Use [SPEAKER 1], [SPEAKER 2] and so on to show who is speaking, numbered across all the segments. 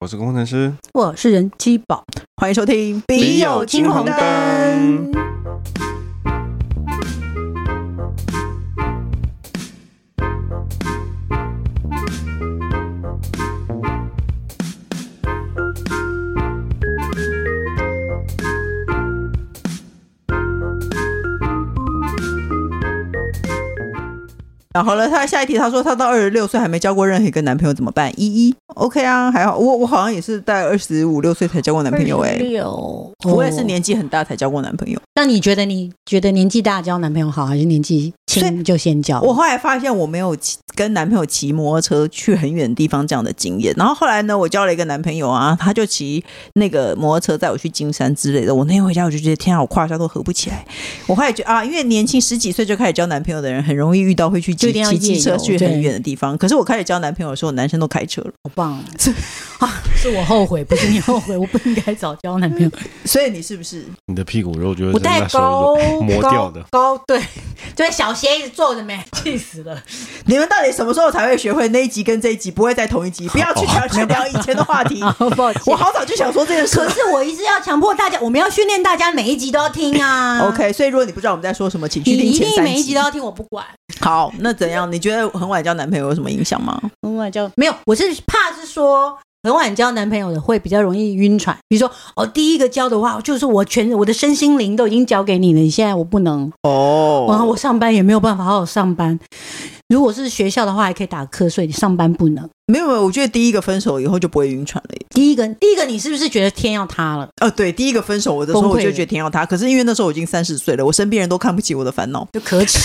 [SPEAKER 1] 我是工程师，
[SPEAKER 2] 我是人妻宝，欢迎收听《
[SPEAKER 1] 笔友青红灯》。
[SPEAKER 2] 然后呢，他下一题他说他到二十六岁还没交过任何一个男朋友怎么办？一一 OK 啊，还好，我我好像也是在二十五六岁才交过男朋友哎、
[SPEAKER 3] 六，
[SPEAKER 2] 我也是
[SPEAKER 3] 哦。
[SPEAKER 2] 年纪很大才交过男朋友。
[SPEAKER 3] 那你觉得你觉得年纪大交男朋友好，还是年纪
[SPEAKER 2] 所以
[SPEAKER 3] 轻就先交？
[SPEAKER 2] 我后来发现我没有骑跟男朋友骑摩托车去很远的地方这样的经验。然后后来呢，我交了一个男朋友啊，他就骑那个摩托车载我去金山之类的。我那天回家我就觉得天啊，我胯下都合不起来。我后来觉得啊，因为年轻十几岁就开始交男朋友的人，很容易遇到会去
[SPEAKER 3] 就
[SPEAKER 2] 骑
[SPEAKER 3] 一定要
[SPEAKER 2] 骑机
[SPEAKER 3] 夜
[SPEAKER 2] 车
[SPEAKER 3] 游
[SPEAKER 2] 去
[SPEAKER 3] 对
[SPEAKER 2] 很远的地方。可是我开始交男朋友的时候，男生都开车了，
[SPEAKER 3] 好棒哦啊！是我后悔，不是你后悔，我不应该早交男朋友。
[SPEAKER 2] 所以你是不是？
[SPEAKER 1] 你的屁股肉就是
[SPEAKER 3] 我
[SPEAKER 1] 在
[SPEAKER 3] 戴
[SPEAKER 1] 那时
[SPEAKER 3] 高
[SPEAKER 1] 候磨掉的
[SPEAKER 3] 高高对，对小鞋一直坐着没，气死 了。
[SPEAKER 2] 你们到底什么时候才会学会那一集跟这一集不会在同一集？不要去聊去聊以前的话题。
[SPEAKER 3] 好啊抱歉
[SPEAKER 2] 我好早就想说这件事
[SPEAKER 3] 可是我一直要强迫大家，我们要训练大家每一集都要听啊。
[SPEAKER 2] OK，所以如果你不知道我们在说什么，请
[SPEAKER 3] 你
[SPEAKER 2] 去听
[SPEAKER 3] 一
[SPEAKER 2] 前
[SPEAKER 3] 定
[SPEAKER 2] 三
[SPEAKER 3] 每一
[SPEAKER 2] 集
[SPEAKER 3] 集都要听，我不管。
[SPEAKER 2] 好，那怎样？你觉得很晚交男朋友有什么影响吗？
[SPEAKER 3] 很晚嗯交没有，我是怕是说很晚交男朋友的会比较容易晕船。比如说哦，第一个交的话，就是我全我的身心灵都已经交给你了，你现在我不能，
[SPEAKER 2] 哦
[SPEAKER 3] 然后我上班也没有办法好好上班。如果是学校的话，还可以打瞌睡，你上班不能。
[SPEAKER 2] 没有没有，我觉得第一个分手以后就不会晕船了耶。
[SPEAKER 3] 第一个，第一个，你是不是觉得天要塌了？
[SPEAKER 2] 哦，对，第一个分手我的时候
[SPEAKER 3] 崩溃
[SPEAKER 2] 我
[SPEAKER 3] 了
[SPEAKER 2] 就觉得天要他，可是因为那时候我已经三十岁了，我身边人都看不起我的烦恼。
[SPEAKER 3] 就可耻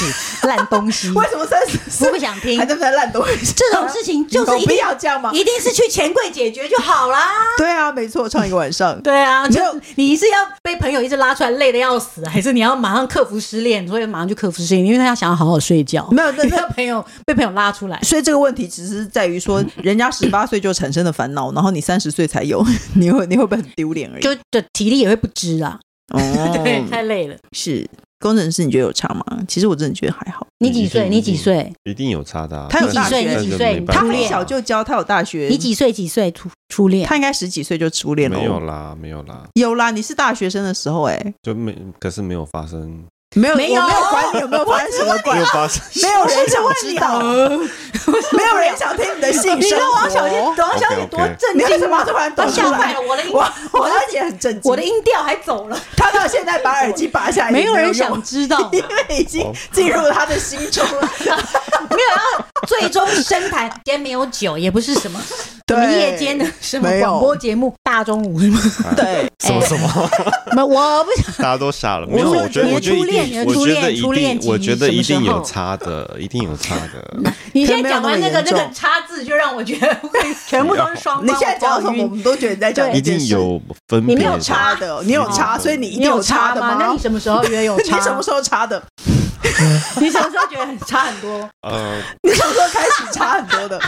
[SPEAKER 3] 烂东 西，
[SPEAKER 2] 为
[SPEAKER 3] 嗯我
[SPEAKER 2] 什么三十岁
[SPEAKER 3] 不想听
[SPEAKER 2] 还。在不在烂东西？
[SPEAKER 3] 这种事情就是一
[SPEAKER 2] 有必
[SPEAKER 3] 定
[SPEAKER 2] 要这样吗？
[SPEAKER 3] 一定是去钱柜解决就好啦。
[SPEAKER 2] 对啊，没错，唱一个晚上。
[SPEAKER 3] 对啊，就
[SPEAKER 2] 没有
[SPEAKER 3] 你是要被朋友一直拉出来，累的要死，还是你要马上克服失恋？所以马上就克服失恋，因为他想要好好睡觉。
[SPEAKER 2] 没有，那
[SPEAKER 3] 你
[SPEAKER 2] 那
[SPEAKER 3] 要朋友 被朋友拉出来，
[SPEAKER 2] 所以这个问题只是在于说，人家十八岁就产生的烦恼，然后你三十岁才有， 你会你会不会很丢脸而 已？
[SPEAKER 3] 就的体力也会不支啊。
[SPEAKER 2] 哦，
[SPEAKER 3] 对，太累了。
[SPEAKER 2] 是工程师，你觉得有差吗？其实我真的觉得还好。
[SPEAKER 3] 你几岁？
[SPEAKER 1] 一定
[SPEAKER 3] 你几岁？
[SPEAKER 1] 一定有差的啊。
[SPEAKER 2] 他有
[SPEAKER 1] 但
[SPEAKER 2] 大学
[SPEAKER 1] 但
[SPEAKER 2] 你
[SPEAKER 3] 几
[SPEAKER 1] 是
[SPEAKER 3] 岁
[SPEAKER 1] 没
[SPEAKER 3] 你
[SPEAKER 1] 办
[SPEAKER 2] 他
[SPEAKER 3] 初
[SPEAKER 1] 法
[SPEAKER 2] 很
[SPEAKER 3] 恋
[SPEAKER 2] 小就教，他有大学，
[SPEAKER 3] 你几岁？几岁初初恋？
[SPEAKER 2] 他应该十几岁就初恋了。
[SPEAKER 1] 没有啦，没有啦，
[SPEAKER 2] 有啦，你是大学生的时候哎、
[SPEAKER 1] 就没，可是没有发生，
[SPEAKER 2] 没有
[SPEAKER 3] 没有
[SPEAKER 2] 我没有管你有没有发生什么
[SPEAKER 1] 没
[SPEAKER 2] 怪
[SPEAKER 1] 有，发生。
[SPEAKER 2] 没有人想知道， 没有人想听你的性
[SPEAKER 3] 你
[SPEAKER 2] 生
[SPEAKER 3] 看
[SPEAKER 2] 活。
[SPEAKER 3] 王小姐，
[SPEAKER 1] 哦
[SPEAKER 3] 王小姐
[SPEAKER 1] OK，OK
[SPEAKER 3] 多震
[SPEAKER 2] 你为什
[SPEAKER 3] 惊
[SPEAKER 2] 么
[SPEAKER 3] 啊！
[SPEAKER 2] 突然
[SPEAKER 3] 我
[SPEAKER 2] 抖出
[SPEAKER 3] 吓坏
[SPEAKER 2] 来
[SPEAKER 3] 了，？我的音，
[SPEAKER 2] 我我
[SPEAKER 3] 我
[SPEAKER 2] 而且很震惊，
[SPEAKER 3] 我的音调还走了，
[SPEAKER 2] 他到现在把耳机拔下来，
[SPEAKER 3] 没
[SPEAKER 2] 有
[SPEAKER 3] 有人
[SPEAKER 2] 用
[SPEAKER 3] 想，知道啊，没
[SPEAKER 2] 因为已
[SPEAKER 1] 哦
[SPEAKER 2] 经进入他的心中了。
[SPEAKER 3] 有要最终深谈，今天没有酒，也不是什么什么
[SPEAKER 2] 对
[SPEAKER 3] 夜间的什么
[SPEAKER 2] 没有
[SPEAKER 3] 广播节目，大中午是吗？
[SPEAKER 2] 对，
[SPEAKER 1] 什么什么，
[SPEAKER 3] 没，我不想。
[SPEAKER 1] 大家都傻了。
[SPEAKER 2] 我
[SPEAKER 1] 没有，
[SPEAKER 2] 说
[SPEAKER 1] 我觉得
[SPEAKER 2] 你的
[SPEAKER 1] 我觉得
[SPEAKER 3] 初
[SPEAKER 1] 一
[SPEAKER 3] 恋你
[SPEAKER 1] 定，我
[SPEAKER 3] 的初
[SPEAKER 1] 觉
[SPEAKER 3] 恋
[SPEAKER 1] 得一
[SPEAKER 3] 初恋
[SPEAKER 1] 定，
[SPEAKER 3] 期
[SPEAKER 1] 我觉得
[SPEAKER 3] 什么
[SPEAKER 1] 一
[SPEAKER 3] 时
[SPEAKER 1] 定有
[SPEAKER 3] 候
[SPEAKER 1] 差的，一定有差的。
[SPEAKER 3] 你现在讲完那个
[SPEAKER 2] 可能
[SPEAKER 3] 那
[SPEAKER 2] 没有那么严重
[SPEAKER 3] 个叉字，就让我觉得会 全部都是双方。
[SPEAKER 2] 你现在讲什么，我
[SPEAKER 3] 我头
[SPEAKER 2] 们都觉得你在讲
[SPEAKER 3] 对
[SPEAKER 1] 一
[SPEAKER 2] 件
[SPEAKER 1] 定
[SPEAKER 2] 事
[SPEAKER 1] 有分别的，
[SPEAKER 3] 你没有差
[SPEAKER 2] 差的，哦你有差，
[SPEAKER 1] 嗯
[SPEAKER 2] 所以你
[SPEAKER 3] 晕
[SPEAKER 2] 一
[SPEAKER 3] 你
[SPEAKER 2] 定
[SPEAKER 3] 有
[SPEAKER 2] 差的
[SPEAKER 3] 吗？那哦 你什么时候约有
[SPEAKER 2] 你
[SPEAKER 3] 差？
[SPEAKER 2] 什么时候差的？
[SPEAKER 3] 候？你什么时候觉得很差很多？
[SPEAKER 1] 呃，
[SPEAKER 2] 你什么时候开始差很多 的？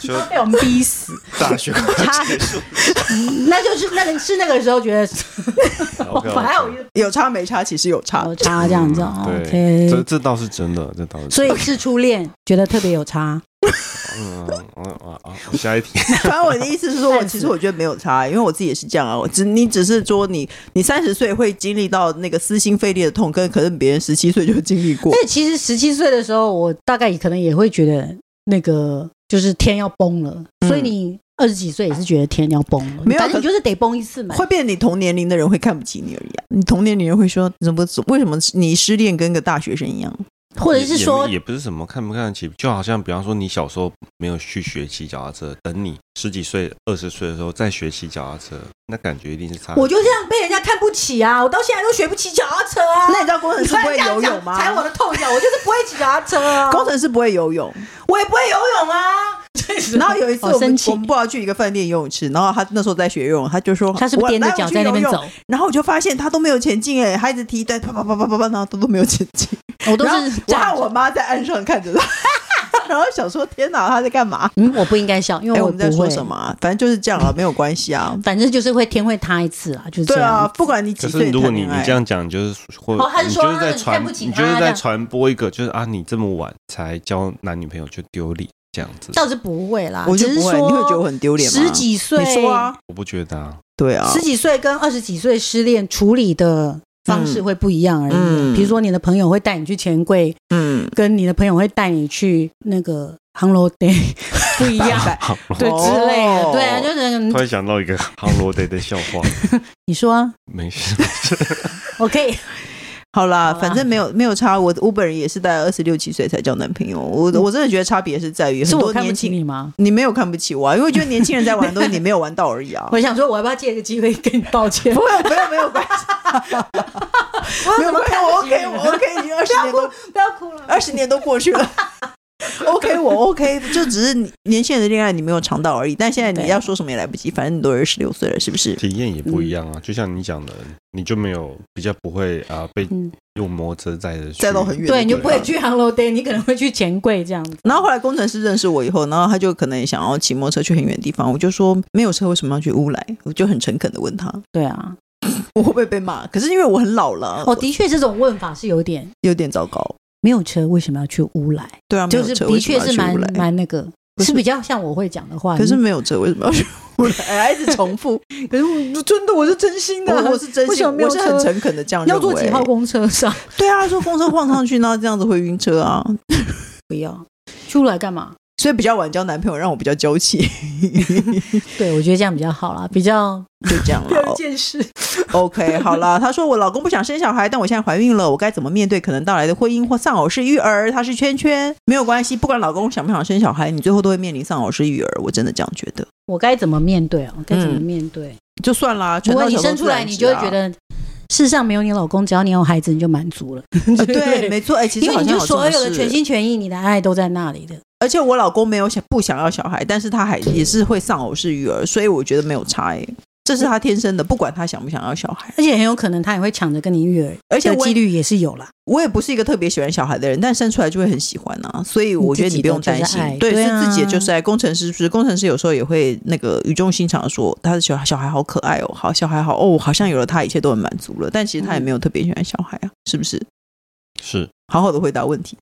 [SPEAKER 1] 就
[SPEAKER 3] 都被我们逼死。
[SPEAKER 1] 大学
[SPEAKER 3] 差，嗯那就是那个是那个时候觉得，我
[SPEAKER 1] OK，OK
[SPEAKER 3] 本来有一
[SPEAKER 2] 有差没差，其实有差。
[SPEAKER 3] 有差这样子。哦
[SPEAKER 1] 对，这
[SPEAKER 3] OK，
[SPEAKER 1] 这倒是真的，这倒是真的。
[SPEAKER 3] 所以是初恋，觉得特别有差。
[SPEAKER 1] 嗯，嗯嗯啊啊，下一题。
[SPEAKER 2] 反正我的意思是说，我
[SPEAKER 3] 但是
[SPEAKER 2] 其实我觉得没有差，因为我自己也是这样啊。我只你只是说你你三十岁会经历到那个撕心肺裂的痛，跟可能别人十七岁就经历过
[SPEAKER 3] 所。以其实十七岁的时候，我大概也可能也会觉得那个就是天要崩了，
[SPEAKER 2] 嗯
[SPEAKER 3] 所以你二十几岁也是觉得天要崩了，
[SPEAKER 2] 没有
[SPEAKER 3] 反正你
[SPEAKER 2] 可
[SPEAKER 3] 就是得崩一次嘛。
[SPEAKER 2] 会变你同年龄的人会看不起你而已啊！你同年龄人会说怎么怎么为什么你失恋跟个大学生一样？
[SPEAKER 3] 或者是说
[SPEAKER 1] 也，也不是什么看不看得起，就好像比方说你小时候没有去学骑脚踏车，等你十几岁、二十岁的时候再学骑脚踏车，那感觉一定是差。
[SPEAKER 3] 我就这样被人家看不起啊，我到现在都学不起脚踏车啊。
[SPEAKER 2] 那你知道工程师不会游泳吗？
[SPEAKER 3] 踩我的痛脚，我就是不会骑脚踏车啊，
[SPEAKER 2] 工程师不会游泳，
[SPEAKER 3] 我也不会游泳 啊。
[SPEAKER 2] 然后有一次我
[SPEAKER 3] 好生
[SPEAKER 2] 们
[SPEAKER 3] 气
[SPEAKER 2] 我们不知道去一个饭店游泳池，然后他那时候在学游泳，他就说
[SPEAKER 3] 他是不是踮着脚在那边，
[SPEAKER 2] 我来我去游
[SPEAKER 3] 走
[SPEAKER 2] 泳？然后我就发现他都没有前进哎，他一直踢但啪啪啪啪啪啪，然后都都没有前进。
[SPEAKER 3] 我都
[SPEAKER 2] 然
[SPEAKER 3] 是
[SPEAKER 2] 后我
[SPEAKER 3] 站
[SPEAKER 2] 和
[SPEAKER 3] 着。
[SPEAKER 2] 我妈在岸上看着 他，然后想说天哪，他在干嘛？
[SPEAKER 3] 嗯，我不应该笑，因
[SPEAKER 2] 哎、
[SPEAKER 3] 为
[SPEAKER 2] 我们
[SPEAKER 3] 不会。
[SPEAKER 2] 在说什么、啊？反正就是这样啊，没有关系 啊。
[SPEAKER 3] 反正就是会天会塌一次啊，就是
[SPEAKER 2] 对
[SPEAKER 3] 这样。
[SPEAKER 2] 啊，不管你
[SPEAKER 1] 可
[SPEAKER 2] 几
[SPEAKER 1] 是
[SPEAKER 2] 岁
[SPEAKER 1] 如果你
[SPEAKER 2] 谈恋爱
[SPEAKER 1] 你这，样讲，就是或、
[SPEAKER 3] 哦他是
[SPEAKER 1] 你
[SPEAKER 3] 说
[SPEAKER 1] 就是在
[SPEAKER 3] 他很看
[SPEAKER 1] 传，
[SPEAKER 3] 不起
[SPEAKER 1] 你
[SPEAKER 3] 他
[SPEAKER 1] 就是
[SPEAKER 3] 这
[SPEAKER 1] 在
[SPEAKER 3] 样
[SPEAKER 1] 传播一个，就是啊，你这么晚才交男女朋友就丢脸，这样子，
[SPEAKER 3] 倒是不会啦，
[SPEAKER 2] 我就
[SPEAKER 3] 只是说
[SPEAKER 2] 不会，你会觉得我很丢脸吗？
[SPEAKER 3] 十几岁，哦
[SPEAKER 2] 你说啊，
[SPEAKER 1] 我不觉得啊。
[SPEAKER 2] 对啊，
[SPEAKER 3] 十几岁跟二十几岁失恋处理的方式会不一样而已。
[SPEAKER 2] 嗯嗯
[SPEAKER 3] 比如说，你的朋友会带你去钱柜，
[SPEAKER 2] 嗯，
[SPEAKER 3] 跟你的朋友会带你去那个航楼 day 不一样，
[SPEAKER 1] 好，
[SPEAKER 3] 对之类的。
[SPEAKER 2] 哦
[SPEAKER 3] 对啊，就
[SPEAKER 1] 突
[SPEAKER 3] 是
[SPEAKER 1] 然想到一个 航罗德的笑话，
[SPEAKER 3] 你说啊
[SPEAKER 1] 没事，
[SPEAKER 3] ，OK，
[SPEAKER 2] 好啦，
[SPEAKER 3] 好啦
[SPEAKER 2] 反正没有没有差。我我本人也是在二十六七岁才交男朋友，我我真的觉得差别是在于
[SPEAKER 3] 是
[SPEAKER 2] 很
[SPEAKER 3] 我
[SPEAKER 2] 多
[SPEAKER 3] 看不
[SPEAKER 2] 年
[SPEAKER 3] 起
[SPEAKER 2] 轻
[SPEAKER 3] 你吗？
[SPEAKER 2] 你没有看不起我、啊，因为我觉得年轻人在玩的东西你没有玩到而已啊。
[SPEAKER 3] 哦我想说，我要不要借个机会跟你道歉？
[SPEAKER 2] 不会，没有没有关系，
[SPEAKER 3] 我
[SPEAKER 2] 没
[SPEAKER 3] 怎
[SPEAKER 2] 有
[SPEAKER 3] 么
[SPEAKER 2] 没
[SPEAKER 3] 看
[SPEAKER 2] 有，我
[SPEAKER 3] 不起你
[SPEAKER 2] OK
[SPEAKER 3] 哎
[SPEAKER 2] 我
[SPEAKER 3] 呢
[SPEAKER 2] OK，已经二十年都
[SPEAKER 3] 不要哭了。
[SPEAKER 2] 二十年都过去了。OK，我 OK，就只是你年轻人的恋爱你没有尝到而已。但现在你
[SPEAKER 3] 对
[SPEAKER 2] 要说什么也来不及，反正你都二十六岁了，是不是？
[SPEAKER 1] 体验也
[SPEAKER 3] 嗯
[SPEAKER 1] 不一样啊。就像你讲的，你就没有比较不会啊、被
[SPEAKER 3] 嗯
[SPEAKER 1] 用摩托车载着去
[SPEAKER 2] 载到很远
[SPEAKER 3] 对，你就
[SPEAKER 1] 对啊
[SPEAKER 3] 不会去航楼 day，你可能会去钱柜这样子。
[SPEAKER 2] 然后后来工程师认识我以后，然后他就可能也想要骑摩托车去很远的地方，我就说没有车为什么要去乌来？我就很诚恳的问他，
[SPEAKER 3] 对啊，
[SPEAKER 2] 我会不会被骂？可是因为我很老了，
[SPEAKER 3] 哦，的确这种问法是有点
[SPEAKER 2] 有点糟糕。
[SPEAKER 3] 没有车为什么要去乌来？
[SPEAKER 2] 对啊，没
[SPEAKER 3] 就
[SPEAKER 2] 有
[SPEAKER 3] 是
[SPEAKER 2] 车
[SPEAKER 3] 的确是蛮
[SPEAKER 2] 为什么要去乌来
[SPEAKER 3] 蛮那个，
[SPEAKER 2] 不是
[SPEAKER 3] 是比较像我会讲的话。
[SPEAKER 2] 可是
[SPEAKER 3] 你
[SPEAKER 2] 没有车为什么要去 乌来？哎一直重 复，
[SPEAKER 3] 可是我真的我是真心的啊，
[SPEAKER 2] 我我是真
[SPEAKER 3] 为
[SPEAKER 2] 心，
[SPEAKER 3] 什么没有
[SPEAKER 2] 我是很
[SPEAKER 3] 车
[SPEAKER 2] 诚恳的这样
[SPEAKER 3] 要
[SPEAKER 2] 认为
[SPEAKER 3] 坐几号公车上？
[SPEAKER 2] 对啊，说公车晃上去，然后这样子会晕车啊，
[SPEAKER 3] 不要出来干嘛？
[SPEAKER 2] 所以比较晚交男朋友，让我比较娇气，
[SPEAKER 3] 对，我觉得这样比较好啦，比较
[SPEAKER 2] 就这样了。
[SPEAKER 3] 见识。
[SPEAKER 2] OK，好了，她说我老公不想生小孩，但我现在怀孕了，我该怎么面对可能到来的婚姻或丧偶式育儿？她是圈圈，没有关系，不管老公想不想生小孩，你最后都会面临丧偶式育儿。我真的这样觉得，
[SPEAKER 3] 我该怎么面对啊？该怎么
[SPEAKER 2] 嗯
[SPEAKER 3] 面对？
[SPEAKER 2] 就算啦，
[SPEAKER 3] 如
[SPEAKER 2] 船
[SPEAKER 3] 果
[SPEAKER 2] 到
[SPEAKER 3] 你
[SPEAKER 2] 桥头
[SPEAKER 3] 生出
[SPEAKER 2] 自然
[SPEAKER 3] 来，你
[SPEAKER 2] 直
[SPEAKER 3] 就会
[SPEAKER 2] 啊
[SPEAKER 3] 觉得世上没有你老公，只要你有孩子，你就满足了。
[SPEAKER 2] 啊 对，没错，哎、其实
[SPEAKER 3] 因为
[SPEAKER 2] 好
[SPEAKER 3] 你就
[SPEAKER 2] 像 有这
[SPEAKER 3] 所
[SPEAKER 2] 种
[SPEAKER 3] 有的
[SPEAKER 2] 事
[SPEAKER 3] 全心全意，你的爱都在那里的。
[SPEAKER 2] 而且我老公没有想不想要小孩，但是他还也是会丧偶式育儿，所以我觉得没有差哎、这是他天生的，不管他想不想要小孩。
[SPEAKER 3] 而且很有可能他也会抢着跟你育儿，
[SPEAKER 2] 而且
[SPEAKER 3] 的
[SPEAKER 2] 我
[SPEAKER 3] 几率也是有啦。
[SPEAKER 2] 我也不是一个特别喜欢小孩的人，但生出来就会很喜欢啊，所以我觉得你不用担心。
[SPEAKER 3] 你自己的
[SPEAKER 2] 对，
[SPEAKER 3] 就是爱对啊
[SPEAKER 2] 是自己的就是爱。工程师是不是？工程师有时候也会那个语重心长地说，他的小小孩好可爱哦，好小孩好哦，好像有了他，一切都很满足了。但其实
[SPEAKER 3] 嗯
[SPEAKER 2] 他也没有特别喜欢小孩啊，是不是？
[SPEAKER 1] 是，
[SPEAKER 2] 好好的回答问题。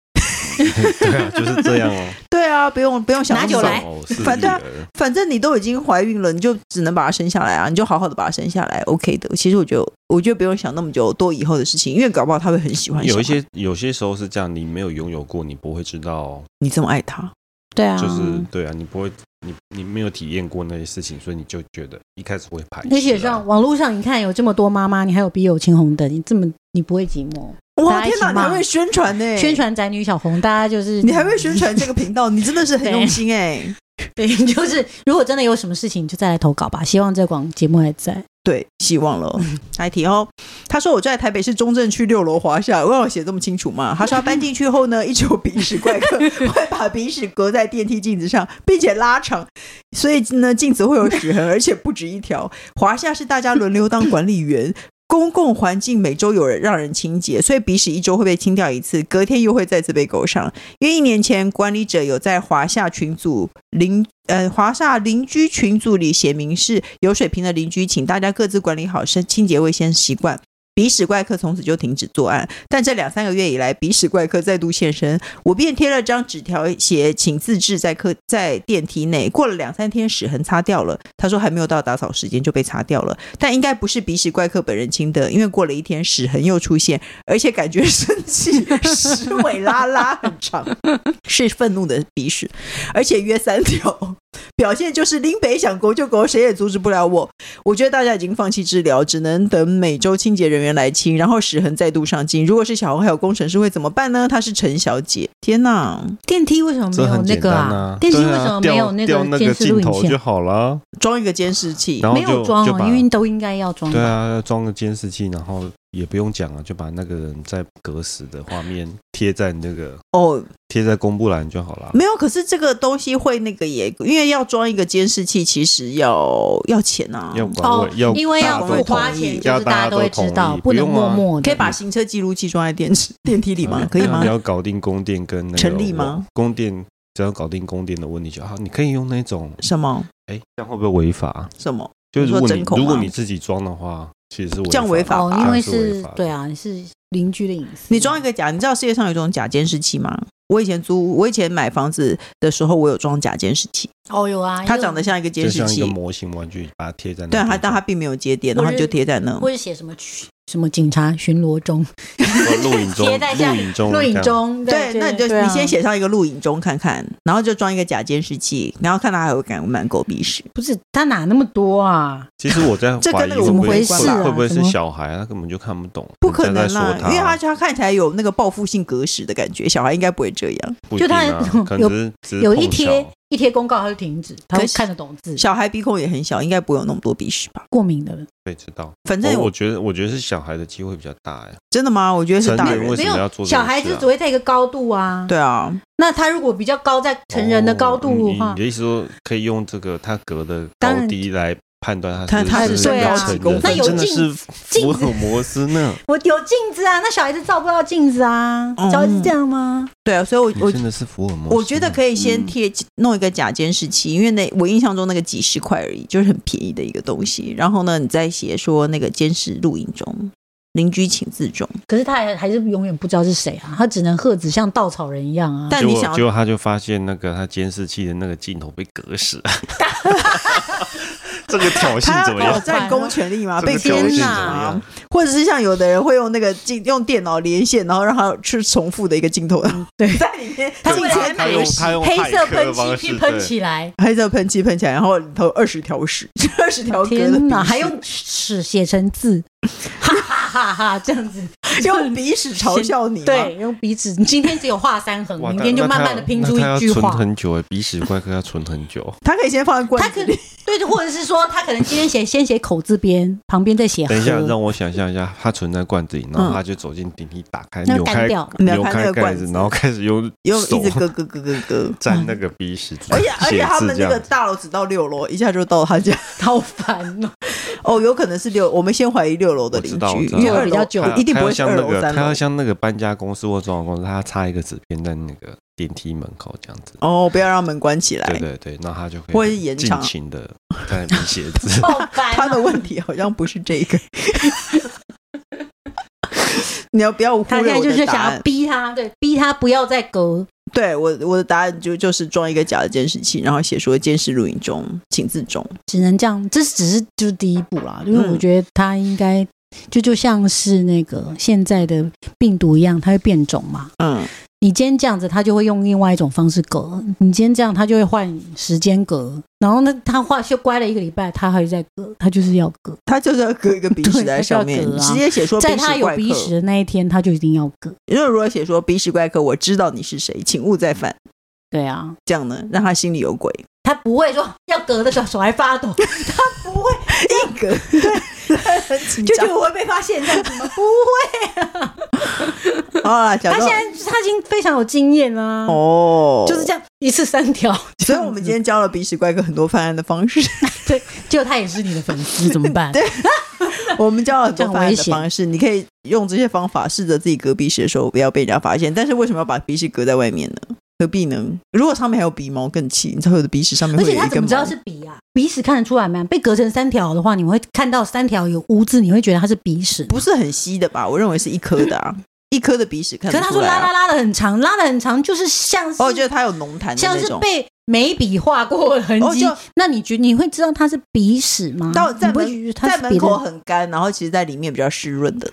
[SPEAKER 1] 对啊，就是这样 哦。
[SPEAKER 2] 对啊，不用不用想
[SPEAKER 3] 拿
[SPEAKER 2] 那么
[SPEAKER 3] 酒
[SPEAKER 2] 多
[SPEAKER 3] 来
[SPEAKER 1] 丧偶是
[SPEAKER 2] 反
[SPEAKER 1] 女
[SPEAKER 2] 对啊
[SPEAKER 1] 儿，
[SPEAKER 2] 反正你都已经怀孕了，你就只能把它生下来啊，你就好好的把它生下来，OK 的。其实我觉得，我觉得不用想那么久多以后的事情，因为搞不好他会很喜欢小孩。
[SPEAKER 1] 有一些有些时候是这样，你没有拥有过，你不会知道，哦
[SPEAKER 2] 你这么爱他，
[SPEAKER 3] 对啊，
[SPEAKER 1] 就是对啊，你不会，你你没有体验过那些事情，所以你就觉得一开始会排斥啊。
[SPEAKER 3] 而且上网络上，你看有这么多妈妈，你还有笔友青红灯，你这么你不会寂寞？
[SPEAKER 2] 哇，
[SPEAKER 3] 大家一
[SPEAKER 2] 天
[SPEAKER 3] 起
[SPEAKER 2] 哪，你还
[SPEAKER 3] 骂
[SPEAKER 2] 会宣传呢、
[SPEAKER 3] 宣。传宅女小红，大家就是
[SPEAKER 2] 你还会宣传这个频道，你真的是很用心哎、
[SPEAKER 3] 对， 就是如果真的有什么事情，就再来投稿吧。希望这广节目还在。
[SPEAKER 2] 对，希望了。下一题哦，他说我住在台北市中正区六楼华夏，我有写这么清楚吗？他说他搬进去后呢，一直有鼻屎怪客会把鼻屎隔在电梯镜子上，并且拉长，所以呢镜子会有屎痕，而且不止一条。华夏是大家轮流当管理员。公共环境每周有人让人清洁，所以鼻屎一周会被清掉一次，隔天又会再次被狗上。因为一年前管理者有在华夏群组邻呃华夏邻居群组里写明是有水平的邻居，请大家各自管理好生清洁卫生习惯。鼻屎怪客从此就停止作案，但这两三个月以来，鼻屎怪客再度现身，我便贴了张纸条写请自制在客在电梯内。过了两三天，屎痕擦掉了。他说还没有到打扫时间就被擦掉了，但应该不是鼻屎怪客本人清的，因为过了一天，屎痕又出现，而且感觉生气，屎尾拉拉很长，是愤怒的鼻屎，而且约三条。表现就是拎北想狗就狗，谁也阻止不了我。我觉得大家已经放弃治疗，只能等每周清洁人员来清，然后屎痕再度上进。如果是小红还有工程师会怎么办呢？她是陈小姐，天哪，
[SPEAKER 3] 电梯为什么没
[SPEAKER 1] 这
[SPEAKER 3] 有
[SPEAKER 1] 很
[SPEAKER 3] 那
[SPEAKER 1] 简
[SPEAKER 3] 个啊
[SPEAKER 1] 单啊
[SPEAKER 3] 电梯
[SPEAKER 1] 对
[SPEAKER 3] 为什么没有
[SPEAKER 1] 啊掉
[SPEAKER 3] 个
[SPEAKER 1] 掉那个
[SPEAKER 3] 监视
[SPEAKER 1] 镜
[SPEAKER 3] 录影
[SPEAKER 1] 头就
[SPEAKER 3] 线？
[SPEAKER 1] 好了？
[SPEAKER 2] 装一个监视器
[SPEAKER 1] 然后
[SPEAKER 3] 没
[SPEAKER 1] 就
[SPEAKER 3] 有装
[SPEAKER 1] 就
[SPEAKER 3] 哦，
[SPEAKER 1] 把
[SPEAKER 3] 因为都应该要装吧。
[SPEAKER 1] 对啊，装个监视器，然后也不用讲啊，就把那个人在隔死的画面贴在那个
[SPEAKER 2] 哦，
[SPEAKER 1] 贴在公布栏就好
[SPEAKER 3] 嗯
[SPEAKER 1] 了。
[SPEAKER 2] 没有。可是这个东西会那个耶，因为要装一个监视器，其实要要钱啊，
[SPEAKER 1] 要管
[SPEAKER 3] 哦
[SPEAKER 1] 委，要
[SPEAKER 3] 因为
[SPEAKER 1] 大
[SPEAKER 3] 要
[SPEAKER 1] 家
[SPEAKER 2] 不
[SPEAKER 1] 都
[SPEAKER 3] 付花
[SPEAKER 1] 同意
[SPEAKER 3] 钱，就
[SPEAKER 1] 要
[SPEAKER 3] 是大
[SPEAKER 1] 大
[SPEAKER 3] 家
[SPEAKER 1] 家
[SPEAKER 3] 都会
[SPEAKER 1] 同
[SPEAKER 3] 知
[SPEAKER 1] 意
[SPEAKER 3] 道，
[SPEAKER 1] 不
[SPEAKER 3] 能
[SPEAKER 1] 用
[SPEAKER 3] 默
[SPEAKER 1] 啊
[SPEAKER 3] 默哦的。
[SPEAKER 2] 可以把行车记录器装在电池电梯里吗
[SPEAKER 1] 嗯？
[SPEAKER 2] 可以吗
[SPEAKER 1] 你？要搞定供电跟那个
[SPEAKER 2] 成立吗
[SPEAKER 1] 网？供电只要搞定供电的问题就好。你可以用那种，
[SPEAKER 2] 什么
[SPEAKER 1] 哎，这样会不会违法？
[SPEAKER 2] 什么？
[SPEAKER 1] 就
[SPEAKER 2] 你
[SPEAKER 1] 如
[SPEAKER 2] 说
[SPEAKER 1] 果你
[SPEAKER 2] 真空吗
[SPEAKER 1] 如果你自己装的话，其实是
[SPEAKER 2] 这样违法
[SPEAKER 1] 的
[SPEAKER 2] 吧
[SPEAKER 3] 哦，因为
[SPEAKER 1] 这样是违
[SPEAKER 3] 是
[SPEAKER 1] 法的
[SPEAKER 3] 对啊，是邻居的隐私。
[SPEAKER 2] 你装一个假，你知道世界上有一种假监视器吗？我以前租，我以前买房子的时候，我有装假监视器，
[SPEAKER 3] 哦，有啊，
[SPEAKER 2] 它长得像一个监
[SPEAKER 1] 就
[SPEAKER 2] 视
[SPEAKER 1] 像一
[SPEAKER 2] 器
[SPEAKER 1] 个，模型玩具，把它贴在那。
[SPEAKER 2] 对，啊它但它并没有接电，然后
[SPEAKER 3] 或是
[SPEAKER 2] 就贴在那。
[SPEAKER 3] 或者写什么去什么警察巡逻中、
[SPEAKER 1] 或录影中，
[SPEAKER 3] 贴在下
[SPEAKER 1] 录影中，
[SPEAKER 3] 录影。中，
[SPEAKER 2] 对，那你就
[SPEAKER 3] 对啊
[SPEAKER 2] 你先写上一个录影中看看，然后就装一个假监视器，然后看它还会敢不敢狗鼻屎。
[SPEAKER 3] 不是他哪那么多啊？
[SPEAKER 1] 其实我在
[SPEAKER 2] 这
[SPEAKER 1] 怀
[SPEAKER 2] 跟
[SPEAKER 1] 疑
[SPEAKER 2] 那
[SPEAKER 1] 会
[SPEAKER 2] 个
[SPEAKER 1] 不
[SPEAKER 2] 无
[SPEAKER 1] 会
[SPEAKER 2] 关吧
[SPEAKER 1] 会不会
[SPEAKER 3] 什
[SPEAKER 1] 是
[SPEAKER 3] 么
[SPEAKER 1] 小孩，他根本就看不懂，
[SPEAKER 2] 啊不可能
[SPEAKER 1] 人家
[SPEAKER 2] 啦
[SPEAKER 1] 在说，
[SPEAKER 2] 因为它
[SPEAKER 1] 他
[SPEAKER 2] 它看起来有那个报复性格式的感觉，小孩应该不会这样。
[SPEAKER 1] 不一定啊
[SPEAKER 3] 就他
[SPEAKER 1] 可能只是只是
[SPEAKER 3] 有一
[SPEAKER 1] 碰巧
[SPEAKER 3] 贴一贴公告他就停止，他会
[SPEAKER 2] 可是
[SPEAKER 3] 看得懂字，
[SPEAKER 2] 小孩鼻孔也很小，应该不会有那么多鼻屎吧？
[SPEAKER 3] 过敏的人
[SPEAKER 1] 对知道。
[SPEAKER 2] 反正
[SPEAKER 1] 哦我
[SPEAKER 2] 我
[SPEAKER 1] 我觉得我觉得是小孩的机会比较大哎，
[SPEAKER 2] 真的吗？我觉得是
[SPEAKER 1] 成
[SPEAKER 2] 大
[SPEAKER 1] 人
[SPEAKER 2] 人
[SPEAKER 1] 为。什么要做这种事啊？
[SPEAKER 3] 小孩子只会在一个高度啊。
[SPEAKER 2] 对啊，
[SPEAKER 3] 那他如果比较高，在成人
[SPEAKER 1] 哦
[SPEAKER 3] 的高度的
[SPEAKER 1] 嗯你
[SPEAKER 3] 话
[SPEAKER 1] 你，的意思说可以用这个他隔的
[SPEAKER 3] 当
[SPEAKER 1] 高
[SPEAKER 3] 然
[SPEAKER 1] 低来判断
[SPEAKER 2] 他
[SPEAKER 1] 他
[SPEAKER 2] 他
[SPEAKER 1] 是
[SPEAKER 3] 是对啊
[SPEAKER 1] 成
[SPEAKER 2] 几公
[SPEAKER 1] 人
[SPEAKER 2] 分
[SPEAKER 3] 那有
[SPEAKER 1] 真的
[SPEAKER 3] 镜
[SPEAKER 1] 是福
[SPEAKER 3] 镜子
[SPEAKER 1] 尔摩斯 呢？
[SPEAKER 3] 我有镜子啊，那小孩子照不到镜子啊
[SPEAKER 2] 嗯，
[SPEAKER 3] 小孩子这样吗？
[SPEAKER 2] 对啊，所以
[SPEAKER 1] 你
[SPEAKER 2] 我我
[SPEAKER 1] 真的是福尔摩斯呢？嗯
[SPEAKER 2] 我觉得可以先贴弄一个假监视器，因为那我印象中那个几十块而已，就是很便宜的一个东西。然后呢，你再写说那个监视录影中，邻居请自重。
[SPEAKER 1] 啊
[SPEAKER 3] 可是他还还是永远不知道是谁啊，他只能喝止像稻草人一样啊。
[SPEAKER 2] 但
[SPEAKER 1] 结
[SPEAKER 2] 你
[SPEAKER 1] 果
[SPEAKER 2] 想
[SPEAKER 1] 结
[SPEAKER 2] 要
[SPEAKER 1] 果他就发现那个他监视器的那个镜头被隔死了， 这个挑衅
[SPEAKER 2] 他
[SPEAKER 1] 怎
[SPEAKER 2] 要
[SPEAKER 1] 么样
[SPEAKER 2] 挑？战公权力吗？
[SPEAKER 1] 这个
[SPEAKER 2] 被
[SPEAKER 1] 挑衅
[SPEAKER 2] 天
[SPEAKER 1] 怎么
[SPEAKER 2] 哪
[SPEAKER 1] 样！！
[SPEAKER 2] 或者是像有的人会用那个镜用电脑连线，然后让他去重复的一个镜头，
[SPEAKER 3] 对
[SPEAKER 2] 在里面
[SPEAKER 3] 他
[SPEAKER 2] 镜
[SPEAKER 3] 为
[SPEAKER 2] 头
[SPEAKER 3] 了
[SPEAKER 1] 嗯他用他用
[SPEAKER 3] 黑色
[SPEAKER 1] 骇客的
[SPEAKER 3] 喷
[SPEAKER 1] 方
[SPEAKER 3] 漆
[SPEAKER 1] 式
[SPEAKER 3] 喷
[SPEAKER 1] 对
[SPEAKER 3] 起来，
[SPEAKER 2] 黑色喷漆喷起来，然后里头二十条屎， 二十条格的
[SPEAKER 3] 天哪，
[SPEAKER 2] 鼻
[SPEAKER 3] 还
[SPEAKER 2] 屎，
[SPEAKER 3] 用屎写成字， 哈哈哈哈，这样子，
[SPEAKER 2] 用鼻屎嘲笑你吗？
[SPEAKER 3] 对，用鼻子。你今天只有画三横，
[SPEAKER 1] 哇
[SPEAKER 3] 明
[SPEAKER 1] 那
[SPEAKER 3] 天就
[SPEAKER 1] 那
[SPEAKER 3] 慢
[SPEAKER 1] 他
[SPEAKER 3] 慢的拼
[SPEAKER 1] 那
[SPEAKER 3] 出
[SPEAKER 1] 他
[SPEAKER 3] 一
[SPEAKER 1] 要
[SPEAKER 3] 句
[SPEAKER 1] 存
[SPEAKER 3] 话。
[SPEAKER 1] 很久哎，鼻屎怪客要存很久。
[SPEAKER 2] 他可以先放在
[SPEAKER 3] 他
[SPEAKER 2] 罐
[SPEAKER 3] 可
[SPEAKER 2] 子
[SPEAKER 3] 能
[SPEAKER 2] 里，
[SPEAKER 3] 对，或者是说他可能今天写先写口字边，旁边再 写
[SPEAKER 1] 等一下，
[SPEAKER 3] 和
[SPEAKER 1] 让我想象一下，他存在罐子里，然后
[SPEAKER 2] 嗯
[SPEAKER 1] 他就走进顶梯，打开
[SPEAKER 3] 那
[SPEAKER 1] 扭
[SPEAKER 3] 干
[SPEAKER 1] 开
[SPEAKER 3] 掉
[SPEAKER 2] 扭
[SPEAKER 1] 扭
[SPEAKER 2] 开嗯那
[SPEAKER 1] 开
[SPEAKER 2] 个
[SPEAKER 1] 盖
[SPEAKER 2] 罐
[SPEAKER 1] 子
[SPEAKER 2] 子，
[SPEAKER 1] 然后开始用
[SPEAKER 2] 用
[SPEAKER 1] 手
[SPEAKER 2] 一直嗯哎咯咯咯咯 咯。
[SPEAKER 1] 沾那个鼻屎，
[SPEAKER 2] 啊而且而且
[SPEAKER 1] 写
[SPEAKER 2] 他
[SPEAKER 1] 字
[SPEAKER 2] 们
[SPEAKER 1] 这样
[SPEAKER 2] 那个大楼只到六楼，一下就到他家。
[SPEAKER 3] 好烦哦。
[SPEAKER 2] 哦，有可能是六，我们先怀疑六楼的邻
[SPEAKER 1] 我知道
[SPEAKER 2] 居，
[SPEAKER 1] 我知道
[SPEAKER 2] 因为二
[SPEAKER 3] 比
[SPEAKER 2] 楼
[SPEAKER 3] 较久。
[SPEAKER 1] 他
[SPEAKER 2] 一定
[SPEAKER 1] 他
[SPEAKER 2] 不
[SPEAKER 1] 要
[SPEAKER 2] 会是
[SPEAKER 1] 像
[SPEAKER 2] 二
[SPEAKER 1] 那
[SPEAKER 2] 楼
[SPEAKER 1] 个，
[SPEAKER 2] 三
[SPEAKER 1] 他要
[SPEAKER 2] 楼。
[SPEAKER 1] 像那个搬家公司或装潢公司，他插一个纸片在那个电梯门口这样子。
[SPEAKER 2] 哦，不要让门关起
[SPEAKER 1] 对
[SPEAKER 2] 来。
[SPEAKER 1] 对对，那他就可以
[SPEAKER 2] 哎或是延
[SPEAKER 1] 尽
[SPEAKER 2] 长
[SPEAKER 1] 情的在那边写字
[SPEAKER 3] 好 烦
[SPEAKER 2] 他
[SPEAKER 3] 哦。
[SPEAKER 2] 的问题好像不是这个。 你要不要忽
[SPEAKER 3] 他现
[SPEAKER 2] 略
[SPEAKER 3] 在
[SPEAKER 2] 我
[SPEAKER 3] 就
[SPEAKER 2] 的
[SPEAKER 3] 是
[SPEAKER 2] 答
[SPEAKER 3] 想要
[SPEAKER 2] 案？
[SPEAKER 3] 逼他，对，逼他不要再隔。
[SPEAKER 2] 对我我的答案就就是装一个假的监视器，然后写说监视录影中，请自重。
[SPEAKER 3] 只能这样，这只是就是第一步啦，因为
[SPEAKER 2] 嗯
[SPEAKER 3] 我觉得它应该就就像是那个现在的病毒一样，它会变种嘛。
[SPEAKER 2] 嗯，
[SPEAKER 3] 你今天这样子，它就会用另外一种方式隔；你今天这样，它就会换时间隔。然后呢，它话就乖了一个礼拜，它还在隔，它就是要隔。
[SPEAKER 2] 他就是要隔一个鼻屎
[SPEAKER 3] 对
[SPEAKER 2] 在
[SPEAKER 3] 他就要
[SPEAKER 2] 上面，
[SPEAKER 3] 隔啊
[SPEAKER 2] 直接写说
[SPEAKER 3] 在
[SPEAKER 2] 鼻
[SPEAKER 3] 它
[SPEAKER 2] 屎
[SPEAKER 3] 有
[SPEAKER 2] 怪
[SPEAKER 3] 鼻
[SPEAKER 2] 客
[SPEAKER 3] 屎。的那一天，它就一定要隔。
[SPEAKER 2] 因为如果写说鼻屎怪客，我知道你是谁，请勿再犯，
[SPEAKER 3] 对啊，
[SPEAKER 2] 这样呢，让他心里有鬼。
[SPEAKER 3] 它不会说要隔的时候手还发 抖，
[SPEAKER 2] 一格，对，很
[SPEAKER 3] 就
[SPEAKER 2] 就
[SPEAKER 3] 觉得
[SPEAKER 2] 就
[SPEAKER 3] 我会被发现这样子吗？不会，
[SPEAKER 2] 好啦，讲
[SPEAKER 3] 它
[SPEAKER 2] 到
[SPEAKER 3] 现在它已经非常有经验啦、
[SPEAKER 2] 哦，
[SPEAKER 3] 就是这样一次三条。
[SPEAKER 2] 所以我们今天教了鼻屎怪哥很多犯案的 方式，
[SPEAKER 3] 对，结果他也是你的粉丝，怎么 办？对，
[SPEAKER 2] 我们教了很
[SPEAKER 3] 这
[SPEAKER 2] 多
[SPEAKER 3] 很
[SPEAKER 2] 犯案
[SPEAKER 3] 危
[SPEAKER 2] 的
[SPEAKER 3] 险
[SPEAKER 2] 方式，你可以用这些方法试着自己隔鼻屎的时候不要被人家发现。但是为什么要把鼻屎隔在外面呢？何必呢？如果上面还有鼻毛更气，你知道我的鼻屎上
[SPEAKER 3] 而
[SPEAKER 2] 面会
[SPEAKER 3] 且
[SPEAKER 2] 有
[SPEAKER 3] 他
[SPEAKER 2] 一
[SPEAKER 3] 怎
[SPEAKER 2] 根
[SPEAKER 3] 么知道
[SPEAKER 2] 毛。
[SPEAKER 3] 是鼻啊？鼻屎看得出来吗？被隔成三条的话，你会看到三条有污渍，你会觉得它是鼻屎。
[SPEAKER 2] 不是很稀的吧？我认为是一颗的啊，一颗的鼻屎看
[SPEAKER 3] 可
[SPEAKER 2] 得
[SPEAKER 3] 是他
[SPEAKER 2] 出
[SPEAKER 3] 说
[SPEAKER 2] 来
[SPEAKER 3] 拉拉
[SPEAKER 2] 啊、
[SPEAKER 3] 拉的很长，拉的很长，就是像是、
[SPEAKER 2] 哦，我觉得它有浓痰的
[SPEAKER 3] 像
[SPEAKER 2] 那
[SPEAKER 3] 是
[SPEAKER 2] 种。
[SPEAKER 3] 被眉笔画过的痕
[SPEAKER 2] 哦
[SPEAKER 3] 迹。
[SPEAKER 2] 就
[SPEAKER 3] 那你觉你会知道它是鼻屎吗？
[SPEAKER 2] 到在
[SPEAKER 3] 你不会
[SPEAKER 2] 门
[SPEAKER 3] 觉得它
[SPEAKER 2] 在
[SPEAKER 3] 是
[SPEAKER 2] 门
[SPEAKER 3] 鼻
[SPEAKER 2] 口
[SPEAKER 3] 的？
[SPEAKER 2] 很干，然后其实在里面比较湿润的。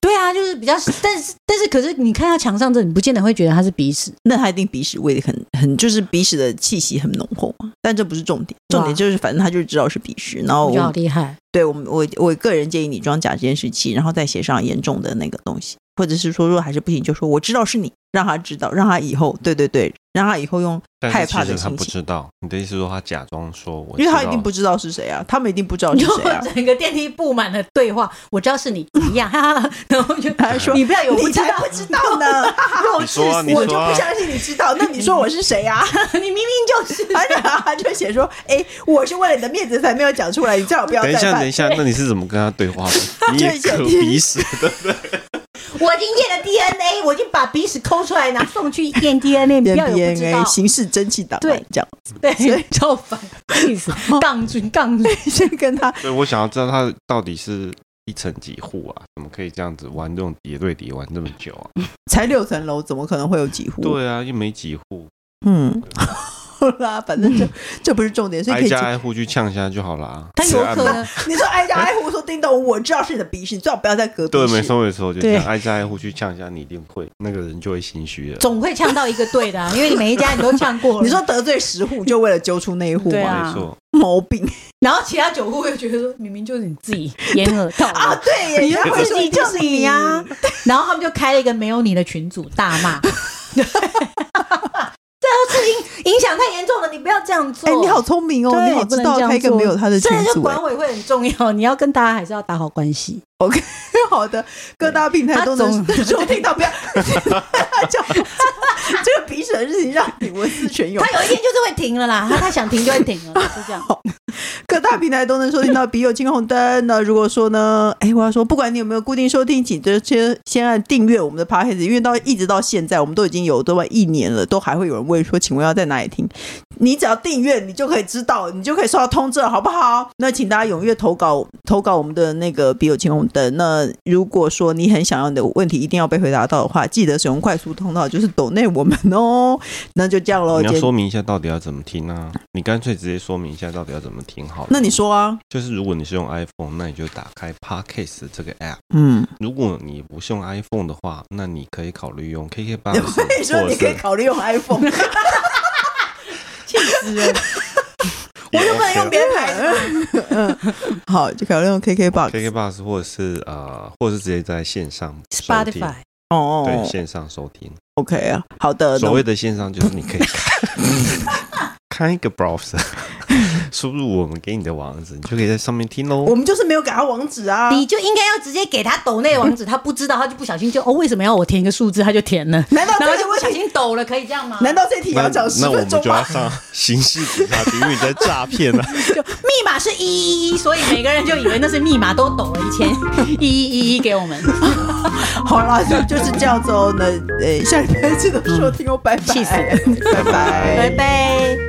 [SPEAKER 3] 对啊，就是比较，但是但是可是你看它墙上这，你不见得会觉得它是鼻屎。
[SPEAKER 2] 那他一定鼻屎味很很，就是鼻屎的气息很浓厚嘛。但这不是重点，重点就是反正他就是知道是鼻屎。然后
[SPEAKER 3] 我觉得好
[SPEAKER 2] 哦我
[SPEAKER 3] 厉害，
[SPEAKER 2] 对我们我我个人建议你装假监视器，然后再写上严重的那个东西，或者是说如果还是不行，就说我知道是你，让他知道，让他以后对对对，让他以后用，
[SPEAKER 1] 但
[SPEAKER 2] 害
[SPEAKER 1] 是
[SPEAKER 2] 怕
[SPEAKER 1] 其
[SPEAKER 2] 的
[SPEAKER 1] 实他
[SPEAKER 2] 心
[SPEAKER 1] 不
[SPEAKER 2] 情
[SPEAKER 1] 知道，你的意思说他假装说我知道，
[SPEAKER 2] 因为他一定不知道是谁啊，他们一定不知道是
[SPEAKER 3] 就
[SPEAKER 2] 谁啊。
[SPEAKER 3] 整个电梯布满了对话。我知道是你，怎么样？哈哈哈。然后就
[SPEAKER 2] 他还说
[SPEAKER 3] 你不要有
[SPEAKER 2] 你
[SPEAKER 3] 不知
[SPEAKER 2] 才
[SPEAKER 3] 道
[SPEAKER 2] 不，知道呢，
[SPEAKER 1] 你说啊你
[SPEAKER 2] 我就
[SPEAKER 1] 说啊
[SPEAKER 2] 不相信你知道。那你说我是谁啊？
[SPEAKER 3] 你明明就是
[SPEAKER 2] 而且他就写说，哎、我是为了你的面子才没有讲出来，你最好不要
[SPEAKER 1] 等一
[SPEAKER 2] 再
[SPEAKER 1] 下，
[SPEAKER 2] 犯
[SPEAKER 1] 等一。下，那你是怎么跟他对话 的？你
[SPEAKER 2] 就
[SPEAKER 1] 也
[SPEAKER 2] 一些
[SPEAKER 1] 可鼻屎的，
[SPEAKER 3] 我已经验了 DNA，我已经把鼻屎抠出来，拿 送去验 DNA，你
[SPEAKER 2] 验
[SPEAKER 3] 不要有不知
[SPEAKER 2] DNA
[SPEAKER 3] 道。
[SPEAKER 2] 刑事哎蒸汽档案
[SPEAKER 3] 对
[SPEAKER 2] 这样，
[SPEAKER 3] 对，超哦烦，气死，杠军杠军。
[SPEAKER 2] 先跟他
[SPEAKER 1] 所以我想要知道他到底是一层几户啊，怎么可以这样子玩这种叠对叠玩这么久啊？
[SPEAKER 2] 才六层楼，怎么可能会有几户？，
[SPEAKER 1] 对啊，又没几户，
[SPEAKER 2] 嗯， 好啦，反正这
[SPEAKER 3] 嗯
[SPEAKER 2] 这不是重点，所以可
[SPEAKER 1] 挨
[SPEAKER 2] 以
[SPEAKER 1] 家
[SPEAKER 2] 请。
[SPEAKER 1] 挨户去呛一下就好啊啦。
[SPEAKER 3] 他有可能，
[SPEAKER 2] 你说挨家挨户说叮咚，我知道是你的鼻屎，你最好不要在隔壁。
[SPEAKER 1] 对，没。错没错，就这
[SPEAKER 3] 对
[SPEAKER 1] 样挨家挨户去呛一下，你一定会那个人就会心虚了。
[SPEAKER 3] 总会呛到一个对的啊，因为你每一家你都呛过了。
[SPEAKER 2] 你说得罪十户，就为了揪出那一户
[SPEAKER 3] 对
[SPEAKER 2] 吗？
[SPEAKER 1] 没
[SPEAKER 3] 啊
[SPEAKER 1] 错，
[SPEAKER 2] 毛 病
[SPEAKER 3] 然后其他酒户会觉得说，明明就是你自己掩耳盗
[SPEAKER 2] 啊！
[SPEAKER 3] 铃，
[SPEAKER 2] 对耶，
[SPEAKER 3] 你
[SPEAKER 2] 人家会
[SPEAKER 3] 自
[SPEAKER 2] 说
[SPEAKER 3] 己
[SPEAKER 2] 就
[SPEAKER 3] 就是啊
[SPEAKER 2] 你呀、
[SPEAKER 3] 然后他们就开了一个没有你的群组大 骂。对这事情影响太严重了，你不要这样做。
[SPEAKER 2] 哎、你好，聪明哦，
[SPEAKER 3] 对
[SPEAKER 2] 你好知
[SPEAKER 3] 不能
[SPEAKER 2] 道
[SPEAKER 3] 这样
[SPEAKER 2] 开一个没有他的群
[SPEAKER 3] 这就
[SPEAKER 2] 组、哎
[SPEAKER 3] 管委会很重要， 你要跟大家还是要打好关系。
[SPEAKER 2] 好的，各大平台都能 收听到，不要叫 这个鼻屎的事情让你文思泉涌
[SPEAKER 3] 他。有一天就是会停了啦，他他想停就会停了，就这样。
[SPEAKER 2] 各大平台都能 收听到《笔友青红灯》。那如果说呢，哎，我要说，不管你有没有固定收听，请就先先按订阅我们的 podcast，因为到一直到现在，我们都已经有多么一年了，都还会有人问说，请问要在哪里听？你只要订阅，你就可以知道，你就可以收到通知了，好不好？那请大家踊跃投稿，投稿我们的那个《笔友青红灯》。那如果说你很想要你的问题一定要被回答到的话，记得使用快速通道，就是抖内我们哦。那就这样喽，
[SPEAKER 1] 你要
[SPEAKER 2] 姐
[SPEAKER 1] 说明一下到底要怎么听啊？你干脆直接说明一下到底要怎么听好了。
[SPEAKER 2] 那你说啊，
[SPEAKER 1] 就是如果你是用 iPhone，那你就打开 Podcast 这个 app。
[SPEAKER 2] 嗯，
[SPEAKER 1] 如果你不是用 iPhone 的话，那你可以考虑用 KK 八。
[SPEAKER 2] 我 跟你说，你可以考虑用 iPhone。
[SPEAKER 3] 气死人！
[SPEAKER 1] 我
[SPEAKER 2] 就不能用别的牌子。嗯，好，就改用 KKBox。
[SPEAKER 1] KK Bus 或者是呃，或者是直接在线上收听
[SPEAKER 3] Spotify
[SPEAKER 1] 对
[SPEAKER 2] 哦
[SPEAKER 1] 线上收听。
[SPEAKER 2] ，OK 啊，好的。
[SPEAKER 1] 所
[SPEAKER 2] 那
[SPEAKER 1] 谓的线上就是你 可以开开一个 browser，输入我们给你的网址，你就可以在上面听
[SPEAKER 2] 我
[SPEAKER 1] 喽。
[SPEAKER 2] 们就是没有给他网址啊。
[SPEAKER 3] 你就应该要直接给他抖内网址，他不知道，他就不小心就哦，为什么要我填一个数字，他就填了，
[SPEAKER 2] 难道
[SPEAKER 3] 然后
[SPEAKER 2] 这
[SPEAKER 3] 就
[SPEAKER 2] 个
[SPEAKER 3] 不
[SPEAKER 2] 问
[SPEAKER 3] 小
[SPEAKER 2] 题？
[SPEAKER 3] 心抖了，可以这样吗？
[SPEAKER 2] 难道这题
[SPEAKER 1] 那
[SPEAKER 2] 要讲十
[SPEAKER 1] 那我
[SPEAKER 2] 分
[SPEAKER 1] 们
[SPEAKER 2] 钟
[SPEAKER 1] 就要
[SPEAKER 2] 吗？
[SPEAKER 1] 上刑事警察局，因为你在诈骗啊！
[SPEAKER 3] 就密码是一一一，所以每个人就以为那是密码，都抖了一千 一一一一给我们，
[SPEAKER 2] 好啦，就就是这哎样子哦。那呃，下礼拜记得收听哦，拜拜，
[SPEAKER 3] 气死
[SPEAKER 2] 拜拜，
[SPEAKER 3] 拜拜。